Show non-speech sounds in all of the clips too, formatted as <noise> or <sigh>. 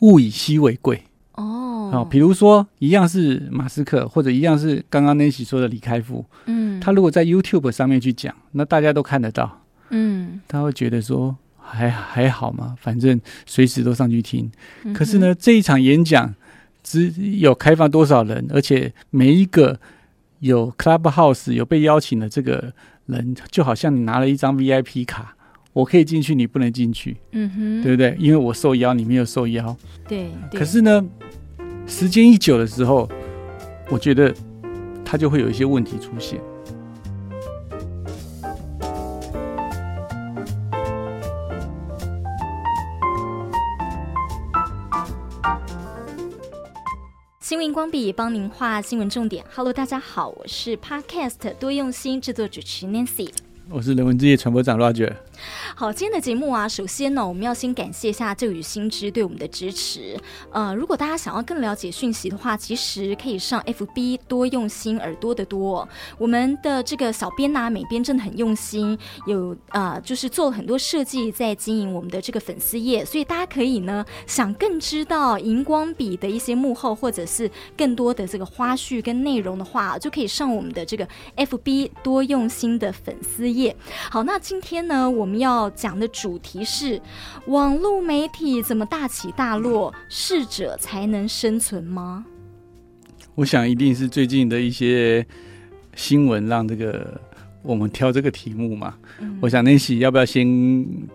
物以稀为贵。好，哦，比如说一样是马斯克，或者一样是刚刚 Nancy 说的李开复，嗯，他如果在 YouTube 上面去讲，那大家都看得到，嗯，他会觉得说还还好嘛，反正随时都上去听。嗯可是呢，这一场演讲只有开放多少人，而且每一个有 Clubhouse 有被邀请的这个人，就好像你拿了一张 VIP 卡，我可以进去，你不能进去，哼，嗯哼，对不对？因为我受邀，你没有受邀。对对，可是呢，时间一久的时候，我觉得它就会有一些问题出现。新闻光笔帮您画新闻重点。Hello，大家好，我是 Podcast 多用心制作主持 Nancy。我是人文之夜传播长 Roger，好，今天的节目啊，首先呢，我们要先感谢一下旧雨新知对我们的支持。呃，如果大家想要更了解讯息的话，其实可以上 FB 多用心耳朵的多。我们的这个小编呐、美编真的很用心，有呃，就是做了很多设计在经营我们的这个粉丝页，所以大家可以呢，想更知道荧光笔的一些幕后或者是更多的这个花絮跟内容的话，就可以上我们的这个 FB 多用心的粉丝页。好，那今天呢，我们要讲的主题是网络媒体怎么大起大落，适者才能生存吗？我想一定是最近的一些新闻让这个我们挑这个题目嘛。嗯我想 Nancy 要不要先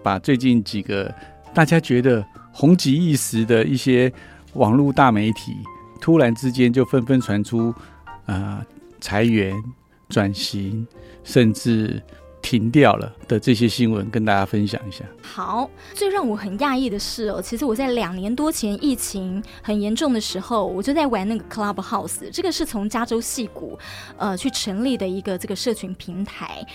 把最近几个大家觉得红极一时的一些网络大媒体，突然之间就纷纷传出呃裁员、转型，甚至停掉了的这些新闻，跟大家分享一下。好，最让我很讶异的是哦，其实我在两年多前疫情很严重的时候，我就在玩那个 Clubhouse，这个是从加州戏谷呃去成立的一个这个社群平台。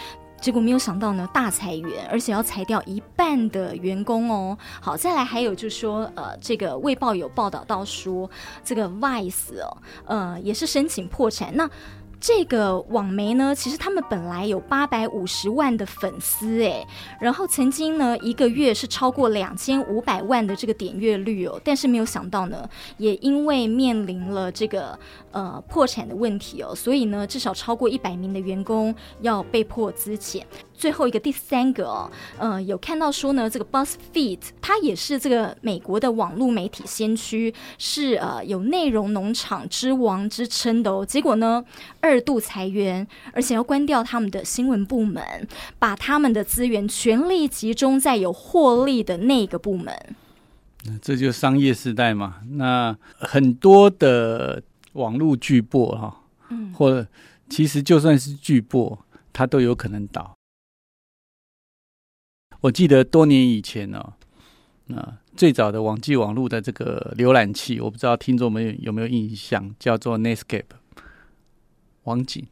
结果没有想到呢，大裁员，而且要裁掉一半的员工哦。好，再来还有就是说，呃，这个《卫报》有报道到说，这个 Vice 哦，呃，也是申请破产。那这个网媒呢，其实他们本来有八百五十万的粉丝，诶，然后曾经呢，一个月是超过两千五百万的这个点阅率哦，但是没有想到呢，也因为面临了这个呃破产的问题哦，所以呢，至少超过一百名的员工要被迫资遣。最后一个第三个哦，呃，有看到说呢，这个 BuzzFeed 它也是这个美国的网络媒体先驱，是呃有内容农场之王之称的哦。结果呢，二度裁员，而且要关掉他们的新闻部门。把他们的资源全力集中在有获利的那个部门。这就是商业时代嘛。那很多的网络巨擘哈、嗯或者其实就算是巨擘，它都有可能倒。我记得多年以前呢、哦，那、最早的网际网络的这个浏览器，我不知道听众们有有没有印象，叫做 Netscape 网景。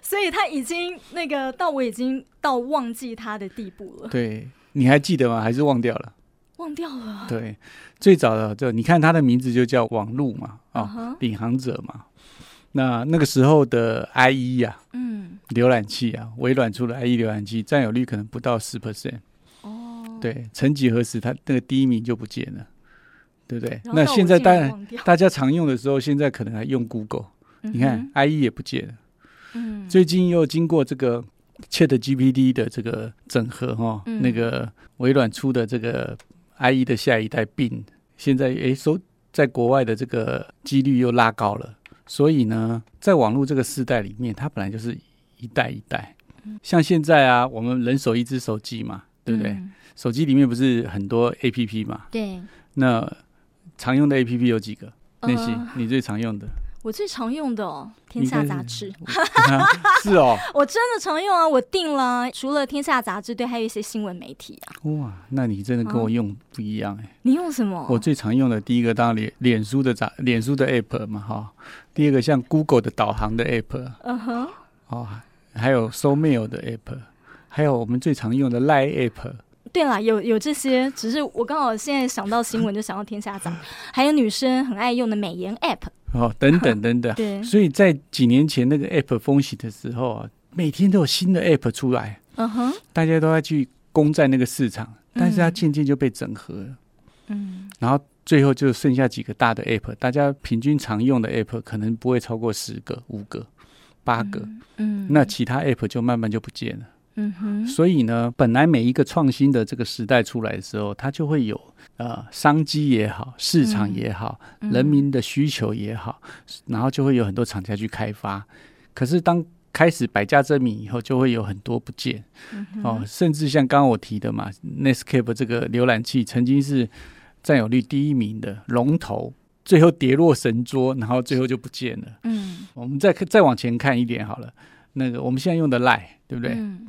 所以他已经那个到我已经到忘记他的地步了，对，你还记得吗？还是忘掉了？忘掉了。对，最早的就你看它的名字就叫网路嘛，啊、嗯哼领航者嘛。那那个时候的 IE 呀、嗯，浏览器啊，微软出的 IE 浏览器占有率可能不到十 percent。哦，对，曾几何时，它那个第一名就不见了，对不对？然后那到我现在竟大然家忘掉嗯大家常用的时候，现在可能还用 Google，、你看，IE 也不见了。嗯哼，最近又经过这个 Chat GPT 的这个整合哈、哦嗯那个微软出的这个 IE 的下一代 Bing，现在诶收在国外的这个几率又拉高了，所以呢，在网络这个世代里面，它本来就是一代一代，像现在啊，我们人手一只手机嘛，对不对？嗯嗯？手机里面不是很多 A P P 嘛？对，那常用的 A P P 有几个？那行、呃你最常用的？我最常用的哦，《天下杂志》，是哦，我真的常用啊，我定了。除了《天下杂志》，对，还有一些新闻媒体啊。哇，那你真的跟我用不一样哎、你用什么？我最常用的第一个当然脸脸书的杂脸书的 App 嘛哈，第二个像 Google 的导航的 App 嗯哼，哦，还有 So Mail 的 App，还有我们最常用的 Line App。对啦，有有这些，只是我刚好现在想到新闻就想到《天下杂志》，还有女生很爱用的美颜 App。哦，等等等等，对，所以在几年前那个 App 风行的时候啊，每天都有新的 App 出来，嗯哼，大家都在去攻占那个市场，但是它嗯渐渐就被整合了。嗯，然后最后就剩下几个大的 app，大家平均常用的 app 可能不会超过十个、五个、八个，嗯，嗯，那其他 app 就慢慢就不见了。嗯哼，所以呢，本来每一个创新的这个时代出来的时候，它就会有呃商机也好，市嗯场也好，人民的需求也好，然后就会有很多厂家去开发。可是当开始百家争鸣以后，就会有很多不见、哦，甚至像刚刚我提的嘛，Netscape 这个浏览器曾经是占有率第一名的龙头，最后跌落神桌，然后最后就不见了。嗯，我们再再往前看一点好了，那个我们现在用的 Line 对不对？嗯，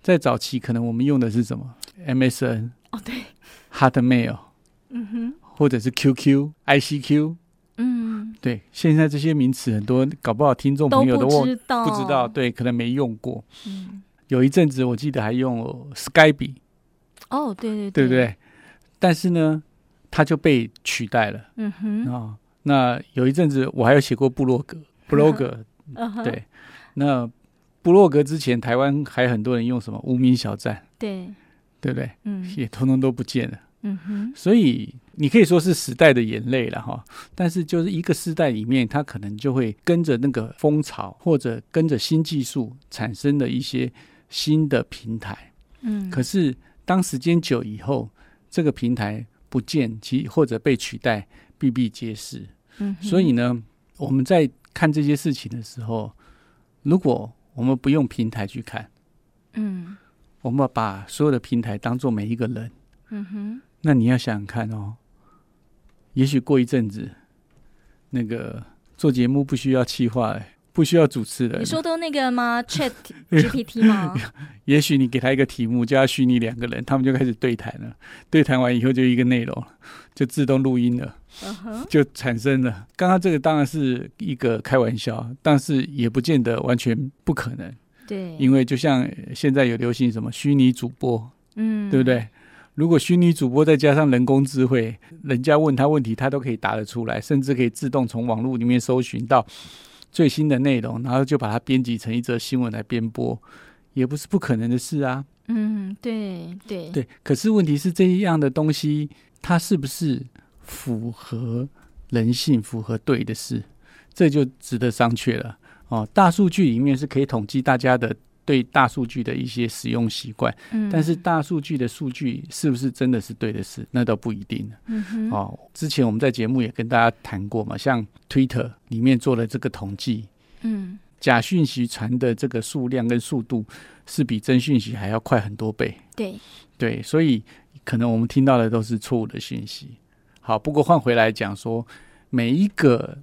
在早期可能我们用的是什么 MSN、哦对， Hotmail 嗯哼，或者是 QQ、ICQ，嗯，对，现在这些名词很多，搞不好听众都朋友都不忘知道，不知道，，对，可能没用过。嗯，有一阵子我记得还用 Skype，哦对对对不，对？但是呢，它就被取代了嗯啊、哼，哦那有一阵子我还有写过部落 <laughs> 格，blog，嗯哼，对，那部落格之前台湾还很多人用什么无名小站，对，对不对？嗯也通通都不见了。嗯哼，所以你可以说是时代的眼泪了哈，但是就是一个时代里面，它可能就会跟着那个风潮，或者跟着新技术产生的一些新的平台。嗯，可是当时间久以后，这个平台不见其或者被取代，比比皆是。嗯哼，所以呢，我们在看这些事情的时候，如果我们不用平台去看，嗯我们把所有的平台当做每一个人。嗯哼，那你要想想看哦，也许过一阵子，那个做节目不需要企划、欸，不需要主持人你，说都那个吗？Chat <laughs> GPT 吗？也许你给他一个题目，叫他虚拟两个人，他们就开始对谈了。对谈完以后，就一个内容了，就自动录音了，嗯哼，就产生了。刚刚这个当然是一个开玩笑，但是也不见得完全不可能，对，因为就像呃现在有流行什么虚拟主播，嗯，对不？对？如果虚拟主播再加上人工智慧，人家问他问题，他都可以答得出来，甚至可以自动从网络里面搜寻到最新的内容，然后就把它编辑成一则新闻来编播，也不是不可能的事啊。嗯，对对，对，可是问题是这样的东西，它是不是符合人性、符合对的事，这就值得商榷了。哦，大数据里面是可以统计大家的对大数据的一些使用习惯。嗯但是大数据的数据是不是真的是对的事，那倒不一定嗯哼，哦。之前我们在节目也跟大家谈过嘛，像 Twitter 里面做了这个统计，嗯假讯息传的这个数量跟速度是比真讯息还要快很多倍。对，对，所以可能我们听到的都是错误的讯息。好，不过换回来讲说，每一个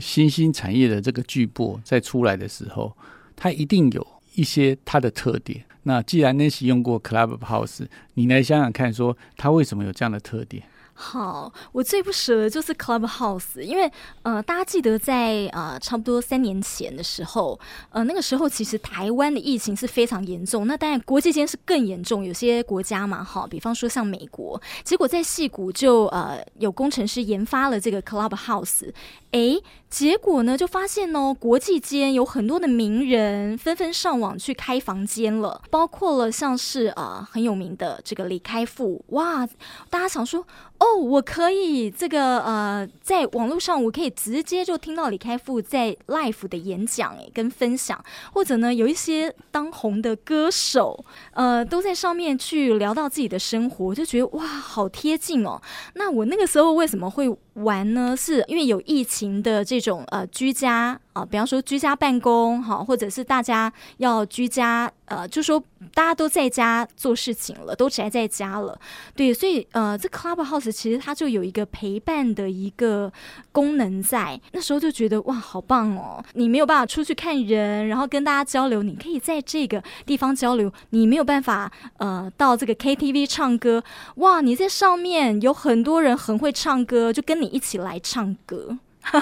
新兴产业的这个巨擘在出来的时候，它一定有一些它的特点。那既然 Nancy 用过 Clubhouse，你来想想看，说它为什么有这样的特点？好，我最不舍的就是 Clubhouse，因为呃，大家记得在呃差不多三年前的时候，呃那个时候其实台湾的疫情是非常严重，那当然国际间是更严重，有些国家嘛哈，比方说像美国，结果在戏谷就呃有工程师研发了这个 Clubhouse，诶，结果呢就发现哦，国际间有很多的名人纷纷上网去开房间了，包括了像是呃很有名的这个李开复，哇，大家想说。哦，我可以这个呃，在网络上我可以直接就听到李开复在 l i f e 的演讲诶跟分享，或者呢有一些当红的歌手呃都在上面去聊到自己的生活，就觉得哇好贴近哦。那我那个时候为什么会玩呢？是因为有疫情的这种呃居家啊、比方说居家办公哈，或者是大家要居家呃，就说大家都在家做事情了，都宅在家了。对，所以呃，这 Clubhouse 其实它就有一个陪伴的一个功能在。那时候就觉得哇，好棒哦！你没有办法出去看人，然后跟大家交流，你可以在这个地方交流。你没有办法呃到这个 KTV 唱歌，哇，你在上面有很多人很会唱歌，就跟你一起来唱歌。 <laughs>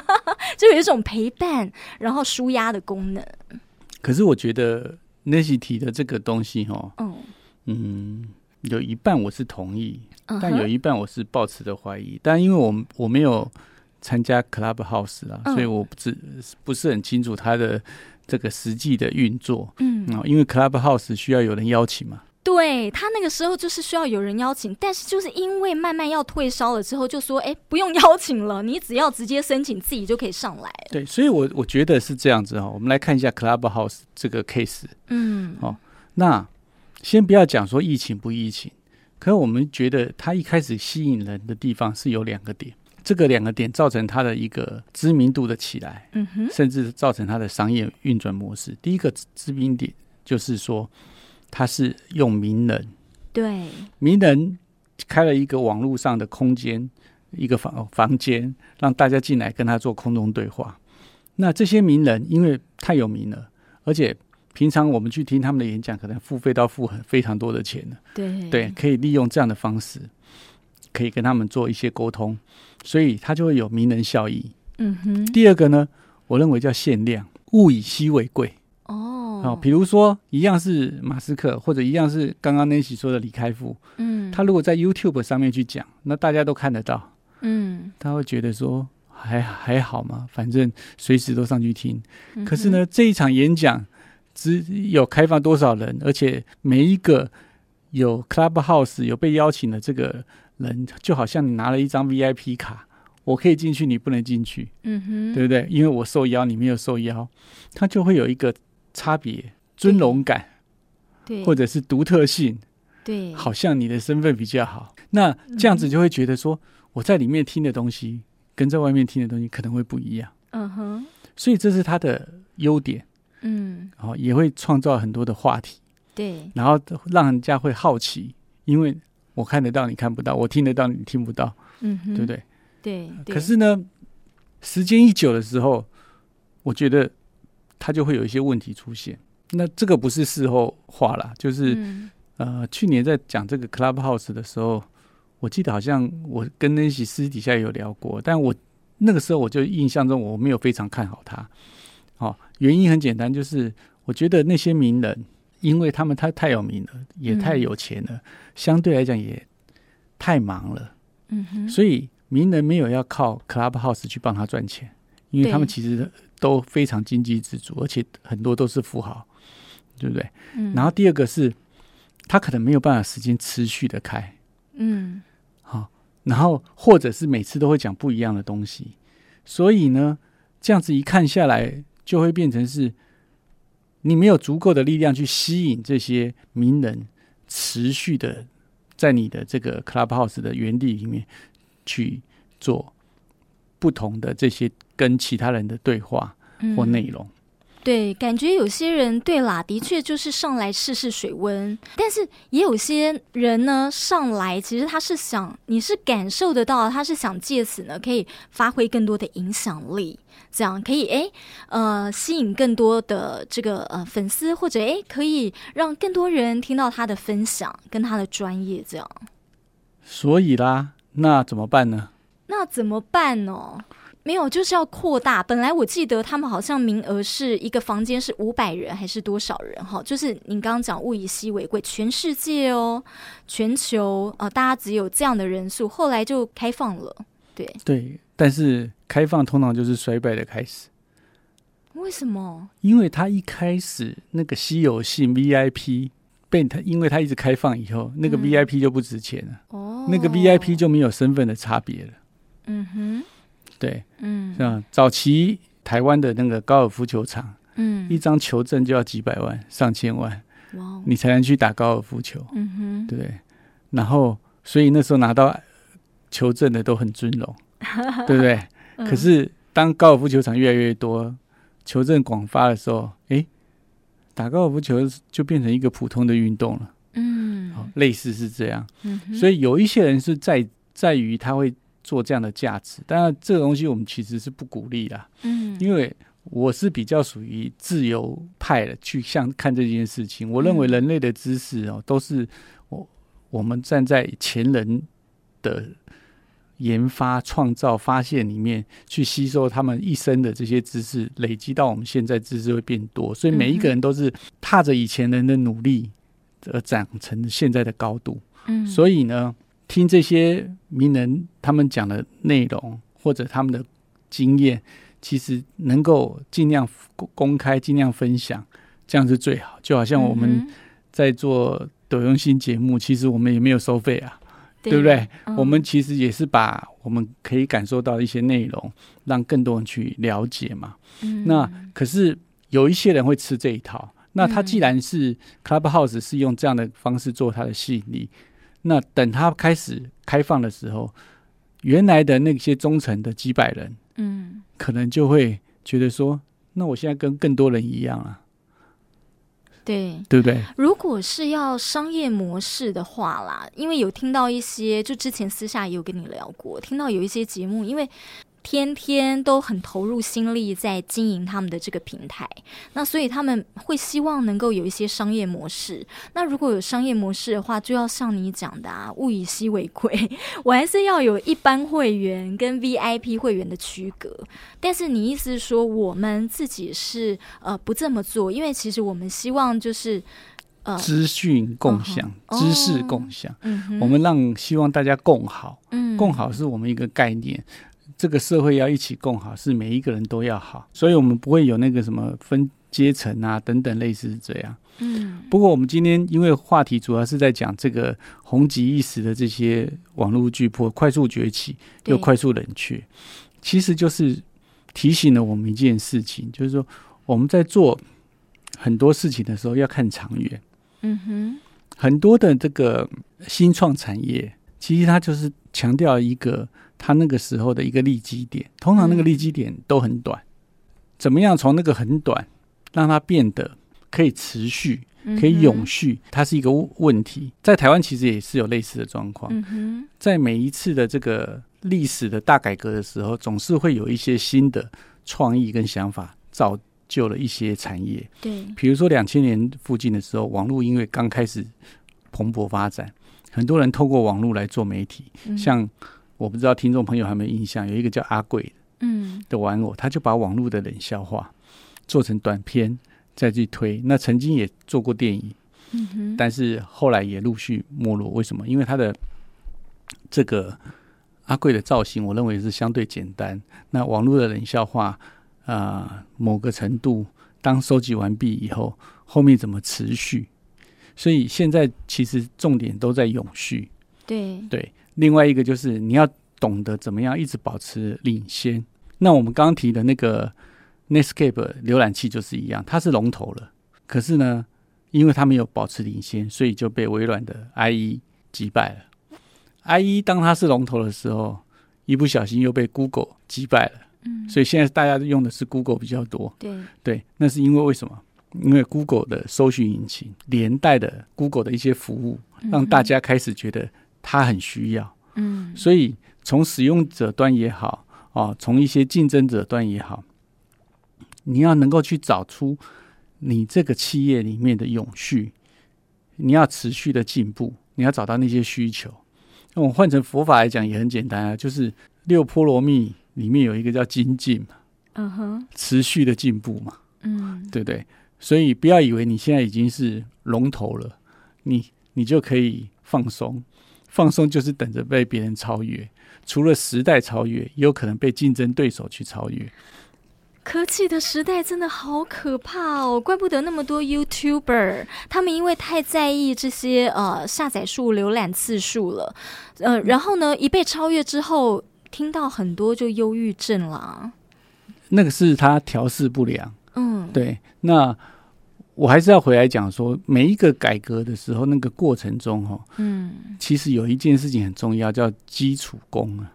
就有一种陪伴，然后舒压的功能。可是我觉得 Nancy 提的这个东西，哦，嗯，嗯，有一半我是同意，嗯但哼有一半我是抱持的怀疑，但因为我我没有参加 Clubhouse 啊，嗯所以我不知不是很清楚它的这个实际的运作。嗯啊、因为 Clubhouse 需要有人邀请嘛，对他那个时候就是需要有人邀请，但是就是因为慢慢要退烧了之后，就说哎不用邀请了，你只要直接申请自己就可以上来了。对，所以我我觉得是这样子哦哈、我们来看一下 Clubhouse 这个 case。嗯哦那先不要讲说疫情不疫情，可我们觉得它一开始吸引人的地方是有两个点，这个两个点造成它的一个知名度的起来，嗯哼，甚至造成它的商业运转模式。第一个知知名点就是说，它是用名人，对，名人开了一个网络上的空间，一个房房间，让大家进来跟他做空中对话。那这些名人因为太有名了，而且平常我们去听他们的演讲，可能付费到付很非常多的钱了。对，对，，可以利用这样的方式，可以跟他们做一些沟通，所以他就会有名人效益。嗯哼，第二个呢，我认为叫限量，物以稀为贵。哦，哦，比如说一样是马斯克，或者一样是刚刚 Nancy 说的李开复，嗯，他如果在 YouTube 上面去讲，那大家都看得到，嗯，他会觉得说还还好嘛，反正随时都上去听。嗯可是呢，这一场演讲只有开放多少人，而且每一个有 Clubhouse 有被邀请的这个人，就好像你拿了一张 VIP 卡，我可以进去，你不能进去，哼，嗯哼，对不对？因为我受邀，你没有受邀，他就会有一个差别。尊荣感对，或者是独特性，对，嗯好像你的身份比较好，那这样子就会觉得说，我在里面听的东西跟在外面听的东西可能会不一样，嗯哼，所以这是它的优点，嗯，然后也会创造很多的话题，对，然后让人家会好奇，因为我看得到你看不到，我听得到你听不到，嗯哼，对不？对？对，对可是呢，时间一久的时候，我觉得它就会有一些问题出现。那这个不是事后话啦，就是、嗯呃，去年在讲这个 Clubhouse 的时候，我记得好像我跟 Nancy 私底下有聊过，但我那个时候我就印象中我没有非常看好他。哦，原因很简单，就是我觉得那些名人，因为他们太太有名了，也嗯太有钱了，相对来讲也太忙了，嗯哼，所以名人没有要靠 Clubhouse 去帮他赚钱，因为他们对其实都非常经济自主，而且很多都是富豪，对不对？嗯然后第二个是，他可能没有办法时间持续的开，嗯好、然后或者是每次都会讲不一样的东西，所以呢，这样子一看下来，就会变成是，你没有足够的力量去吸引这些名人持续的在你的这个 clubhouse 的园地里面去做不同的这些跟其他人的对话嗯或内容。对，感觉有些人对啦，的确就是上来试试水温，但是也有些人呢，上来其实他是想，你是感受得到，他是想借此呢可以发挥更多的影响力，这样可以诶呃吸引更多的这个呃粉丝，或者诶可以让更多人听到他的分享跟他的专业这样。所以啦，那怎么办呢？那怎么办呢？没有，就是要扩大。本来我记得他们好像名额是一个房间是五百人还是多少人哈？就是您刚刚讲物以稀为贵，全世界哦，全球呃，大家只有这样的人数，后来就开放了。对，对，但是开放通常就是衰败的开始，为什么？因为它一开始那个稀有性 VIP 被它，因为它一直开放以后，那个嗯 VIP 就不值钱了，哦，那个 VIP 就没有身份的差别了。嗯哼，对，嗯像早期台湾的那个高尔夫球场，啊一嗯嗯，张球证就要几百万、上千万，哇哦，你才能去打高尔夫球，嗯哼，对不对？然后，所以那时候拿到球证的都很尊 <laughs> 荣，对不对？嗯可是当高尔夫球场越来越多，球证广发的时候，诶，打高尔夫球就变成一个普通的运动了。好嗯，类似是这样，嗯哼，所以以有一些人是在在于他会做这样的价值，当然这个东西我们其实是不鼓励啦，嗯，因为。我是比较属于自由派的，去像看这件事情。我认为嗯人类的知识哦，都是我我们站在前人的研发、创造、发现里面去吸收他们一生的这些知识，累积到我们现在知识会变多，所以每一嗯个人都是踏着以前人的努力而长成现在的高度。嗯，所以呢，听这些名人他们讲的内容或者他们的经验，其实能够尽量嗯公公开、尽量分享，这样是最好。就好像我们嗯哼在做抖音新节目，其实我们也没有收费啊，对不对？嗯我们其实也是把我们可以感受到的一些内容，让更多人去了解嘛。嗯那可是有一些人会吃这一套。那嗯他既然是 Clubhouse 是用这样的方式做它的吸引力，那等他开始开放的时候，原来的那些忠诚的几百人，嗯可能就会觉得说，那我现在跟更多人一样啊，对，对不对？如果是要商业模式的话啦，因为有听到一些，就之前私下也有跟你聊过，听到有一些节目，因为天天都很投入心力在经营他们的这个平台，那所以他们会希望能够有一些商业模式。那如果有商业模式的话，就要像你讲的啊，物以稀为贵， <laughs> 我还是要有一般会员跟 VIP 会员的区隔。但是你意思是说，我们自己是呃不这么做，因为其实我们希望就是。呃，资讯共享，嗯哼知识哦共享，嗯哼我们让希望大家共好，嗯共好是我们一个概念。这个社会要一起共好，是每一个人都要好，所以我们不会有那个什么分阶层啊等等类似这样。嗯不过我们今天因为话题主要是在讲这个红极一时的这些网络巨破快速崛起对又快速冷却，其实就是提醒了我们一件事情，就是说我们在做很多事情的时候要看长远。嗯哼很多的这个新创产业，其实它就是强调一个它那个时候的一个利基点，通常那个利基点都很短，怎么样从那个很短让它变得可以持续、嗯哼，可以永续，它是一个问题。在台湾其实也是有类似的状况，嗯哼在每一次的这个历史的大改革的时候，总是会有一些新的创意跟想法造就了一些产业。对比如说两千年附近的时候，网络音乐刚开始蓬勃发展，很多人透过网络来做媒体。嗯像我不知道听众朋友有没有印象，有一个叫阿贵嗯的玩偶，他就把网络的冷笑话做成短片再去推。那曾经也做过电影，嗯哼但是后来也陆续没落。为什么？因为他的这个阿贵的造型，我认为是相对简单。那网络的冷笑话，啊，某个程度，当收集完毕以后，后面怎么持续？所以现在其实重点都在永续。对对，另外一个就是你要懂得怎么样一直保持领先。那我们刚刚提的那个 Netscape 浏览器就是一样，它是龙头了，可是呢，因为它没有保持领先，所以就被微软的 IE 击败了。IE 当它是龙头的时候，一不小心又被 Google 击败了，嗯所以现在大家用的是 Google 比较多。对嗯对，那是因为为什么？因为 Google 的搜寻引擎连带的 Google 的一些服务，让大家开始觉得它很需要。嗯所以从使用者端也好，哦，从一些竞争者端也好，你要能够去找出你这个企业里面的永续，你要持续的进步，你要找到那些需求。那我换成佛法来讲也很简单啊，就是六波罗蜜里面有一个叫精进嘛，嗯哼持续的进步嘛。嗯对不对？所以不要以为你现在已经是龙头了，你你就可以放松，放松就是等着被别人超越。除了时代超越，也有可能被竞争对手去超越。科技的时代真的好可怕哦，怪不得那么多 YouTuber，他们因为太在意这些呃下载数、浏览次数了，呃，嗯然后呢，一被超越之后，听到很多就忧郁症了啊，那个是他调试不良。嗯，对，那我还是要回来讲说，每一个改革的时候，那个过程中哈、哦，嗯其实有一件事情很重要，叫基础功啊。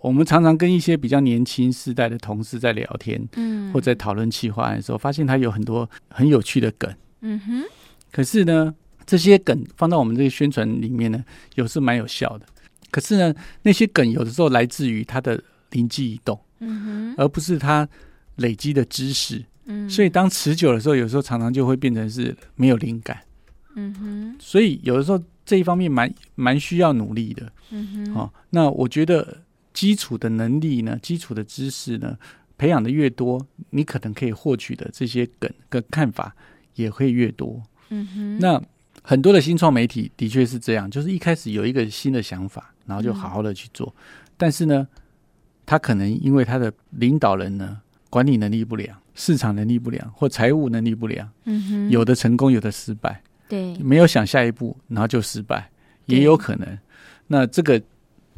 我们常常跟一些比较年轻世代的同事在聊天，嗯，或在讨论企划案的时候，发现它有很多很有趣的梗。嗯哼可是呢，这些梗放到我们这个宣传里面呢，有时蛮有效的。可是呢，那些梗有的时候来自于他的灵机一动，嗯哼而不是他累积的知识。嗯，所以当持久的时候，有时候常常就会变成是没有灵感。嗯哼所以有的时候这一方面蛮蛮需要努力的。嗯哼好、那我觉得基础的能力呢，基础的知识呢，培养的越多，你可能可以获取的这些梗跟看法也会越多。嗯哼，那很多的新创媒体的确是这样，就是一开始有一个新的想法，嗯然后就好好的去做，但是呢，他可能因为他的领导人呢，管理能力不良、市场能力不良或财务能力不良，嗯哼有的成功，有的失败。对，没有想下一步，然后就失败，也有可能。那这个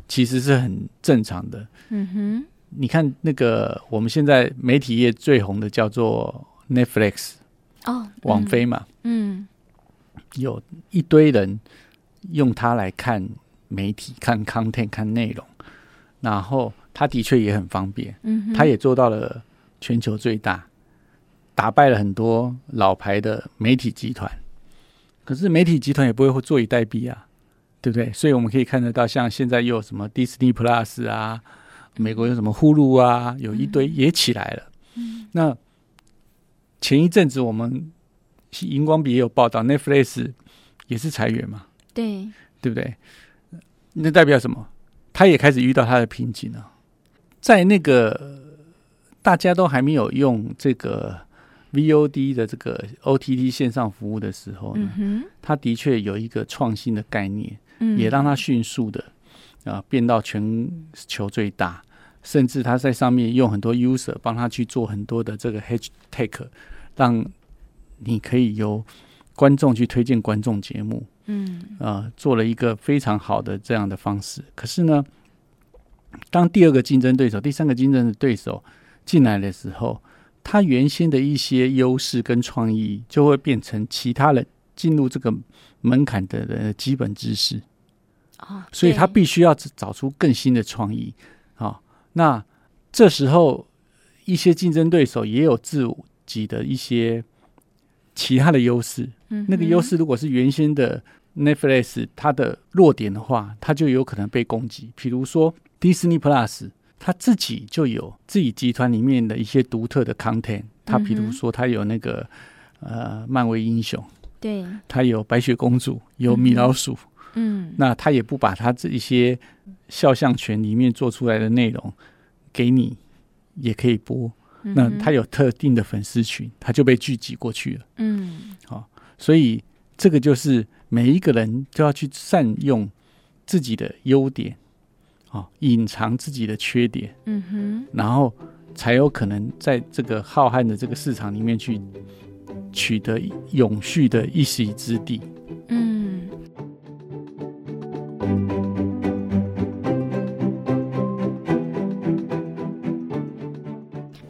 其实是很正常的。嗯哼，你看那个我们现在媒体业最红的叫做 Netflix 哦，网飞嘛，嗯，有一堆人用它来看媒体、看 content、看内容，然后它的确也很方便，嗯嗯，它也做到了全球最大，打败了很多老牌的媒体集团。可是媒体集团也不会坐以待毙啊，对不对？所以我们可以看得到，像现在又有什么 Disney Plus 啊，美国有什么 Hulu 啊，有一堆也起来了。嗯那前一阵子我们荧光笔也有报道，Netflix 也是裁员嘛，对，对不对？那代表什么？他也开始遇到他的瓶颈了。在那个大家都还没有用这个 VOD 的这个 OTT 线上服务的时候嗯呢，哼，它的确有一个创新的概念，嗯，也让它迅速的啊变到全球最大，甚至它在上面用很多 user 帮它去做很多的这个 hashtag，让你可以由观众去推荐观众节目，嗯呃，做了一个非常好的这样的方式。可是呢，当第二个竞争对手、第三个竞争的对手进来的时候，他原先的一些优势跟创意就会变成其他人进入这个门槛的人的基本知识，哦，嗯所以他对必须要找出更新的创意。啊、那这时候一些竞争对手也有自己的一些其他的优势，嗯那个哼优势如果是原先的 Netflix 它的弱点的话，它就有可能被攻击。比如说 Disney Plus，它自己就有自己集团里面的一些独特的 content，它嗯哼比如说它有那个呃漫威英雄，对，它有白雪公主，有嗯哼米老鼠，嗯，那它也不把它这一些肖像权里面做出来的内容给你，也可以播。嗯那哼它有特定的粉丝群，它就被聚集过去了。嗯所以这个就是每一个人都要去善用自己的优点，啊、隐藏自己的缺点，嗯哼。然后才有可能在这个浩瀚的这个市场里面去取得永续的一席之地。嗯，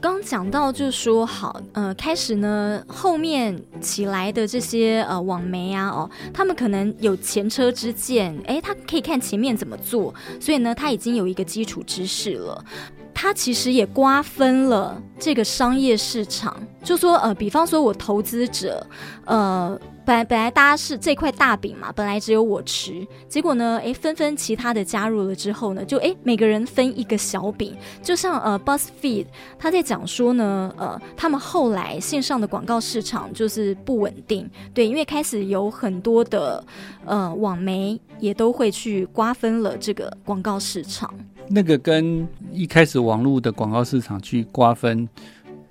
刚讲到就是说，好，呃，开始呢，后面起来的这些呃网媒啊，哦，他们可能有前车之鉴，诶，他可以看前面怎么做，所以呢，他已经有一个基础知识了。它其实也瓜分了这个商业市场，就说呃，比方说我投资者，呃，本来本来大家是这块大饼嘛，本来只有我吃，结果呢，诶，纷纷其他的加入了之后呢，就诶，每个人分一个小饼，就像呃，BuzzFeed 他在讲说呢，呃，他们后来线上的广告市场就是不稳定，对，因为开始有很多的呃网媒也都会去瓜分了这个广告市场，那个跟一开始网络的广告市场去瓜分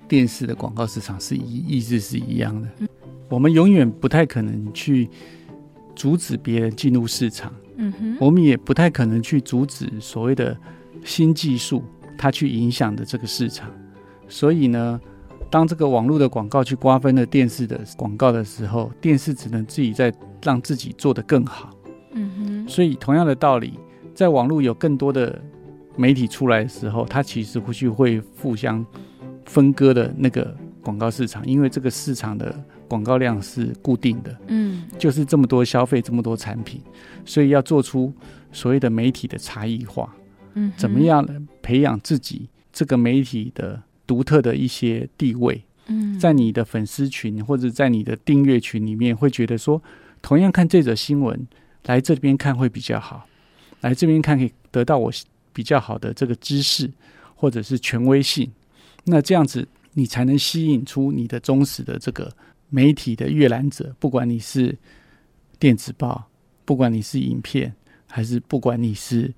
电视的广告市场是一意思是一样的。我们永远不太可能去阻止别人进入市场。嗯哼，我们也不太可能去阻止所谓的新技术它去影响的这个市场。所以呢，当这个网络的广告去瓜分了电视的广告的时候，电视只能自己在让自己做得更好。嗯哼，所以同样的道理，在网络有更多的媒体出来的时候，它其实会去会互相分割的那个广告市场，因为这个市场的广告量是固定的。嗯就是这么多消费，这么多产品，所以要做出所谓的媒体的差异化，嗯，怎么？样呢培养自己这个媒体的独特的一些地位，嗯，在你的粉丝群或者在你的订阅群里面，会觉得说，同样看这则新闻，来这边看会比较好，来这边看可以得到我比较好的这个知识或者是权威性，那这样子你才能吸引出你的忠实的这个媒体的阅览者，不管你是电子报，不管你是影片，还是不管你是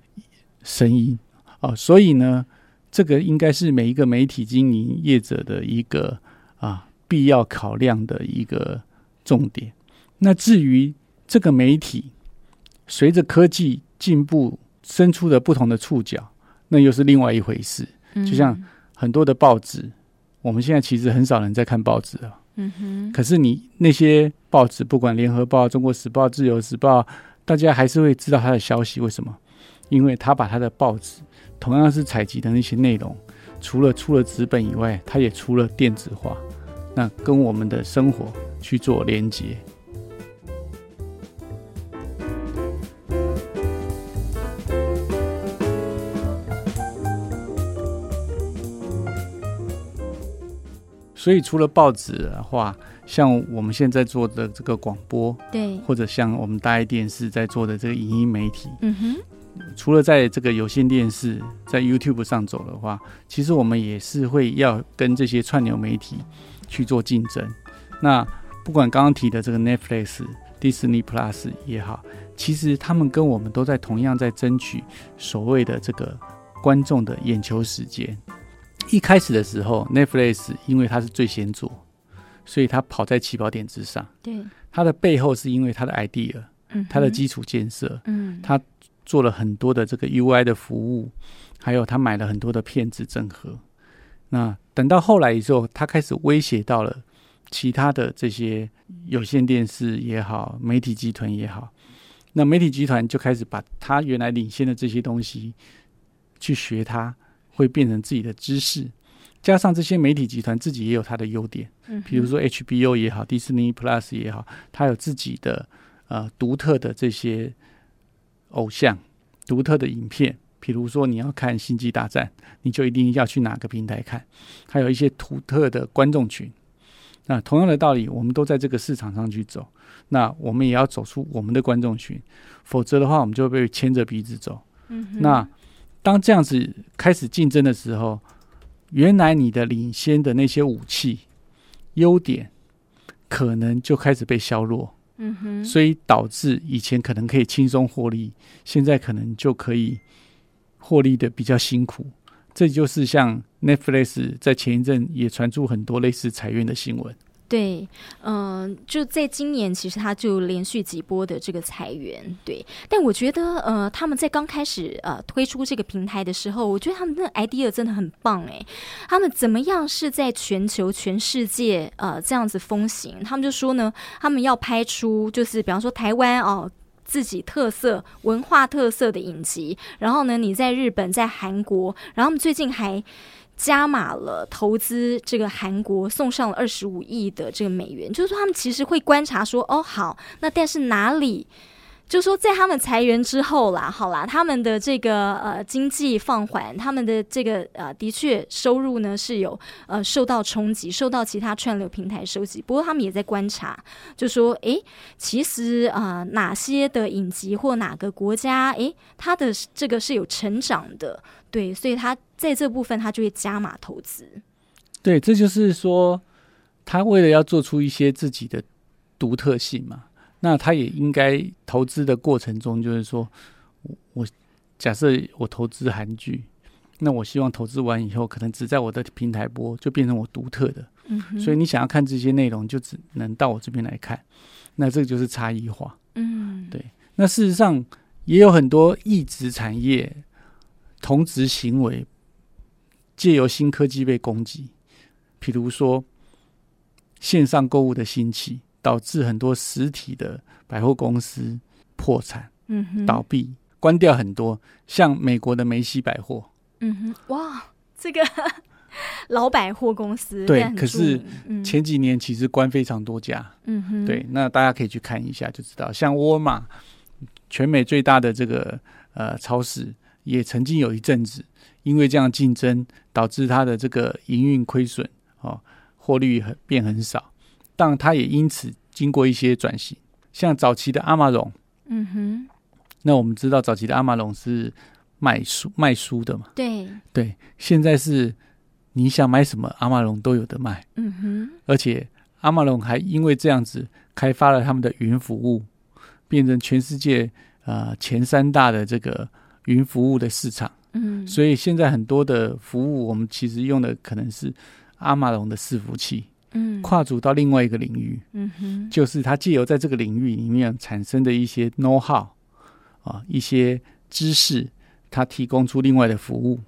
声音哦，所以呢，这个应该是每一个媒体经营业者的一个啊必要考量的一个重点。那至于这个媒体，随着科技进步伸出的不同的触角，那又是另外一嗯回事。就像很多的报纸，我们现在其实很少人在看报纸了，嗯哼，可是你那些报纸，不管联合报、中国时报、自由时报，大家还是会知道他的消息。为什么？因为他把他的报纸同样是采集的那些内容，除了出了纸本以外，他也出了电子化，那跟我们的生活去做连接。所以除了报纸的话，像我们现在做的这个广播，对，或者像我们大爱电视在做的这个影音媒体，嗯哼，除了在这个有线电视、在 YouTube 上走的话，其实我们也是会要跟这些串流媒体去做竞争。那不管刚刚提的这个 Netflix、Disney Plus 也好，其实他们跟我们都在同样在争取所谓的这个观众的眼球时间。一开始的时候，Netflix 因为它是最先做，所以它跑在起跑点之上。对，嗯它的背后是因为它的 idea、嗯哼，它的基础建设，嗯，它做了很多的这个 UI 的服务，还有他买了很多的片子整合。那等到后来之后，他开始威胁到了其他的这些有线电视也好，媒体集团也好，那媒体集团就开始把他原来领先的这些东西去学它，会变成自己的知识。加上这些媒体集团自己也有它的优点，嗯哼比如，说 HBO 也好，迪士尼 Plus 也好，它有自己的呃独特的这些偶像、独特的影片。比如说你要看《星际大战》，你就一定要去哪个平台看，还有一些独特的观众群。那同样的道理，我们都在这个市场上去走，那我们也要走出我们的观众群，否则的话，我们就会被牵着鼻子走。嗯哼那当这样子开始竞争的时候，原来你的领先的那些武器、优点，可能就开始被削弱，嗯哼，所以导致以前可能可以轻松获利，现在可能就可以获利的比较辛苦。这就是像 Netflix 在前一阵也传出很多类似裁员的新闻。对，嗯、就在今年，其实他就连续几波的这个裁员，对。但我觉得，呃，他们在刚开始呃推出这个平台的时候，我觉得他们的 idea 真的很棒诶。他们怎么样是在全球、全世界呃这样子风行？他们就说呢，他们要拍出就是比方说台湾哦。自己特色文化特色的影集，然后呢，你在日本、在韩国，然后他们最近还加码了投资这个韩国，送上了二十五亿的这个美元，就是说他们其实会观察说，哦，好，那但是哪里？就是说，在他们裁员之后啦，好啦，他们的这个呃经济放缓，他们的这个呃的确收入呢是有呃受到冲击，受到其他串流平台收集。不过他们也在观察，就说诶，其实呃哪些的影集或哪个国家诶，它的这个是有成长的，对，所以他在这部分他就会加码投资。对，这就是说，他为了要做出一些自己的独特性嘛，那他也应该投资的过程中，就是说我我假设我投资韩剧，那我希望投资完以后，可能只在我的平台播，就变成我独特的。嗯哼所以你想要看这些内容，就只能到我这边来看。那这个就是差异化。嗯，对那事实上也有很多异质产业、同质行为借由新科技被攻击，比如说线上购物的兴起，导致很多实体的百货公司破产、嗯哼，倒闭、关掉很多，像美国的梅西百货，嗯哼，哇，这个 <laughs> 老百货公司对但很可著是名嗯前几年其实关非常多家，嗯哼对，那大家可以去看一下就知道，像沃尔玛，全美最大的这个呃超市，也曾经有一阵子因为这样竞争，导致它的这个营运亏损哦，获利很变很少，但它也因此经过一些转型，像早期的阿玛龙，嗯哼那我们知道早期的阿玛龙是卖书卖书的嘛，对对，现在是你想买什么阿玛龙都有的卖。嗯哼而且阿玛龙还因为这样子开发了他们的云服务，变成全世界呃前三大的这个云服务的市场。嗯所以现在很多的服务，我们其实用的可能是阿玛龙的伺服器，嗯跨足到另外一个领域，嗯哼就是它借由在这个领域里面产生的一些 know how 啊，一些知识，它提供出另外的服务。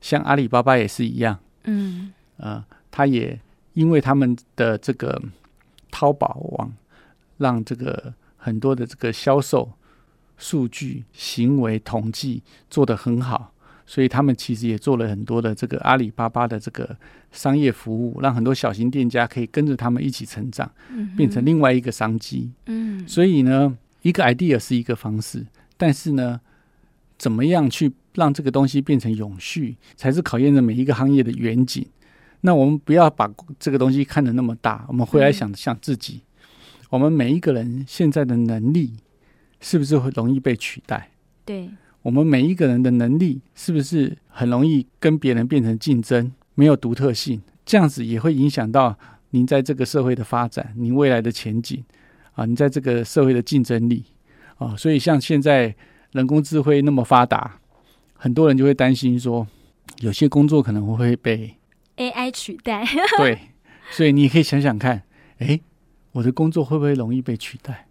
像阿里巴巴也是一样，嗯呃，它也因为他们的这个淘宝网，让这个很多的这个销售数据、行为统计做得很好，所以他们其实也做了很多的这个阿里巴巴的这个商业服务，让很多小型店家可以跟着他们一起成长，嗯哼变成另外一个商机。嗯所以呢，一个 idea 是一个方式，但是呢，怎么样去让这个东西变成永续，才是考验着每一个行业的远景。那我们不要把这个东西看得那么大，我们回来想想自己，我们每一个人现在的能力是不是会容易被取代？对，我们每一个人的能力是不是很容易跟别人变成竞争，没有独特性？这样子也会影响到您在这个社会的发展，您未来的前景啊，你在这个社会的竞争力啊。所以，像现在人工智慧那么发达，很多人就会担心说，有些工作可能会被 AI 取代，对，所以你也可以想想看，诶，我的工作会不会容易被取代？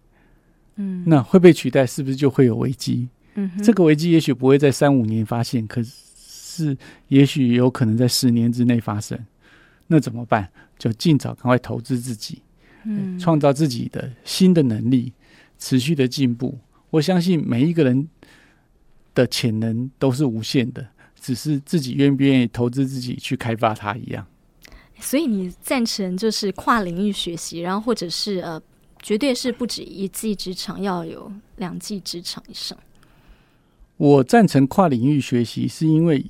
嗯，那会被取代，是不是就会有危机？嗯哼这个危机也许不会在三五年发现，可是也许有可能在十年之内发生。那怎么办？就尽早赶快投资自己，嗯创造自己的新的能力，持续的进步。我相信每一个人的潜能都是无限的，只是自己愿不愿意投资自己去开发它一样。所以你赞成就是跨领域学习，然后或者是呃，绝对是不止一技之长，要有两技之长以上。我赞成跨领域学习，是因为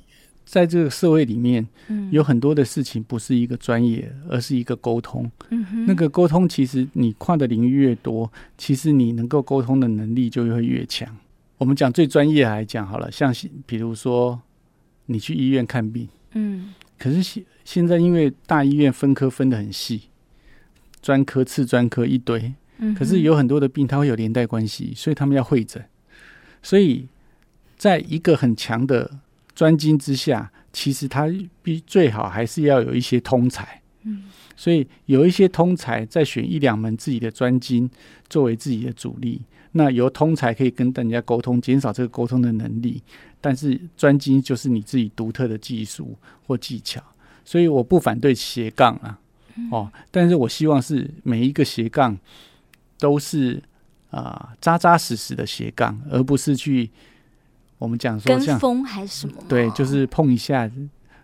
在这个社会里面，嗯有很多的事情不是一个专业，而是一个沟通。嗯哼那个沟通，其实你跨的领域越多，其实你能够沟通的能力就会越强。我们讲最专业来讲好了，像是比如说你去医院看病，嗯可是现现在因为大医院分科分得很细，专科、次专科一堆，嗯哼，可是有很多的病它会有连带关系，所以他们要会诊。所以在一个很强的专精之下，其实它必最好还是要有一些通才。嗯所以有一些通才再选一两门自己的专精作为自己的主力，那由通才可以跟人家沟通，减少这个沟通的能力，但是专精就是你自己独特的技术或技巧。所以我不反对斜杠啊，嗯哦，但是我希望是每一个斜杠都是啊、扎扎实实的斜杠，而不是去我们讲说跟像风还是什么吗？对，就是碰一下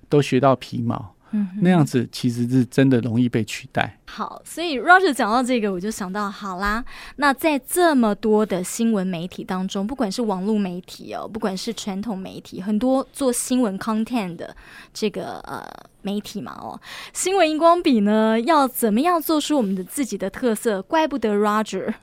都学到皮毛，嗯哼那样子其实是真的容易被取代。好，所以 Roger 讲到这个，我就想到，好啦，那在这么多的新闻媒体当中，不管是网络媒体哦，不管是传统媒体，很多做新闻 content 的这个呃媒体嘛哦，新闻荧光笔呢，要怎么样做出我们的自己的特色？怪不得 Roger，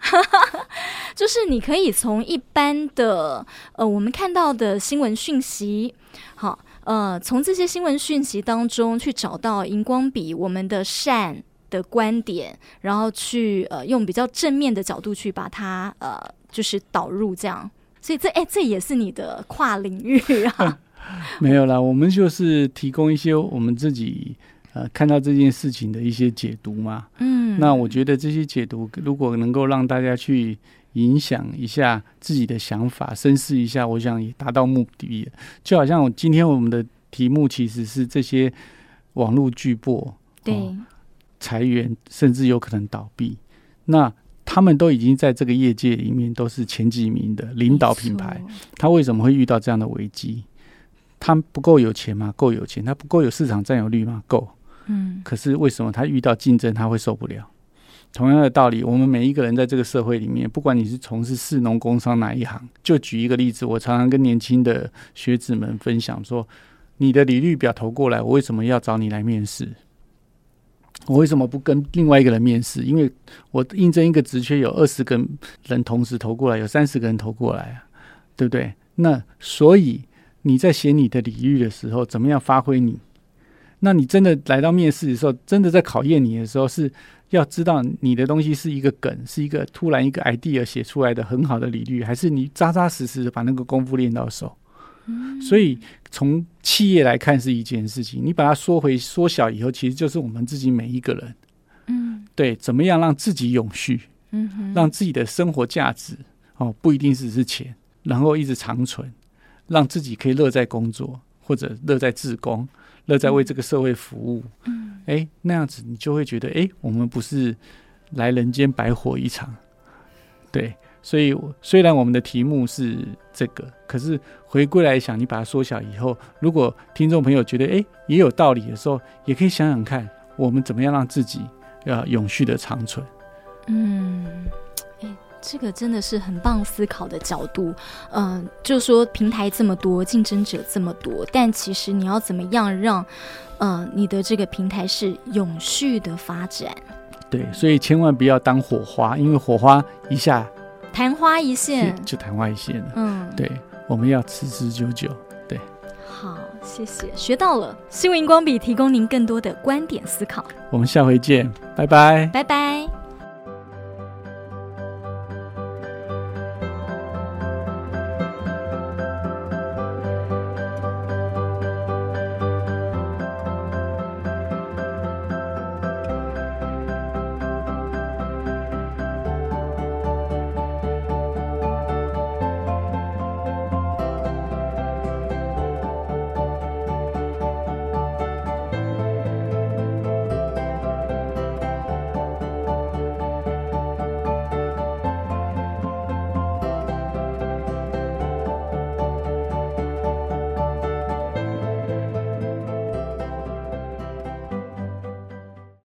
就是你可以从一般的呃我们看到的新闻讯息，好。呃，从这些新闻讯息当中去找到荧光笔我们的善，的观点，然后去呃用比较正面的角度去把它呃就是导入这样。所以这哎、这也是你的跨领域啊， <laughs> 没有啦，我们就是提供一些我们自己呃看到这件事情的一些解读嘛。 <laughs> 嗯，那我觉得这些解读如果能够让大家去影响一下自己的想法，深思一下，我想也达到目的了。就好像我今天我们的题目其实是这些网络巨擘对、哦裁员，甚至有可能倒闭，那他们都已经在这个业界里面都是前几名的领导品牌。没错，他为什么会遇到这样的危机？他不够有钱吗？够有钱。他不够有市场占有率吗？够。嗯可是为什么他遇到竞争他会受不了？同样的道理，我们每一个人在这个社会里面，不管你是从事市农工商哪一行，就举一个例子，我常常跟年轻的学子们分享说，你的履历表投过来，我为什么要找你来面试？我为什么不跟另外一个人面试？因为我应征一个职缺，有二十个人同时投过来，有三十个人投过来啊，对不对？那所以你在写你的履历的时候，怎么样发挥你那你真的来到面试的时候，真的在考验你的时候，是要知道你的东西是一个梗，是一个突然一个 idea 写出来的很好的理律，还是你扎扎实实的把那个功夫练到手。嗯所以从企业来看是一件事情，你把它缩回缩小以后，其实就是我们自己每一个人嗯对怎么样让自己永续，嗯哼，让自己的生活价值哦不一定只是钱，然后一直长存，让自己可以乐在工作或者乐在自工，乐在为这个社会服务，嗯哎、那样子你就会觉得，哎、我们不是来人间白活一场，对。所以我，虽然我们的题目是这个，可是回归来想，你把它缩小以后，如果听众朋友觉得诶也有道理的时候，也可以想想看，我们怎么样让自己呃永续的长存。嗯，哎，这个真的是很棒思考的角度。嗯、就说平台这么多，竞争者这么多，但其实你要怎么样让，呃，你的这个平台是永续的发展，对，所以千万不要当火花，因为火花一下昙花一现。就昙花一现了。嗯，，对，我们要持之久久。好，谢谢，学到了。新闻荧光笔提供您更多的观点思考，我们下回见，拜拜。拜拜。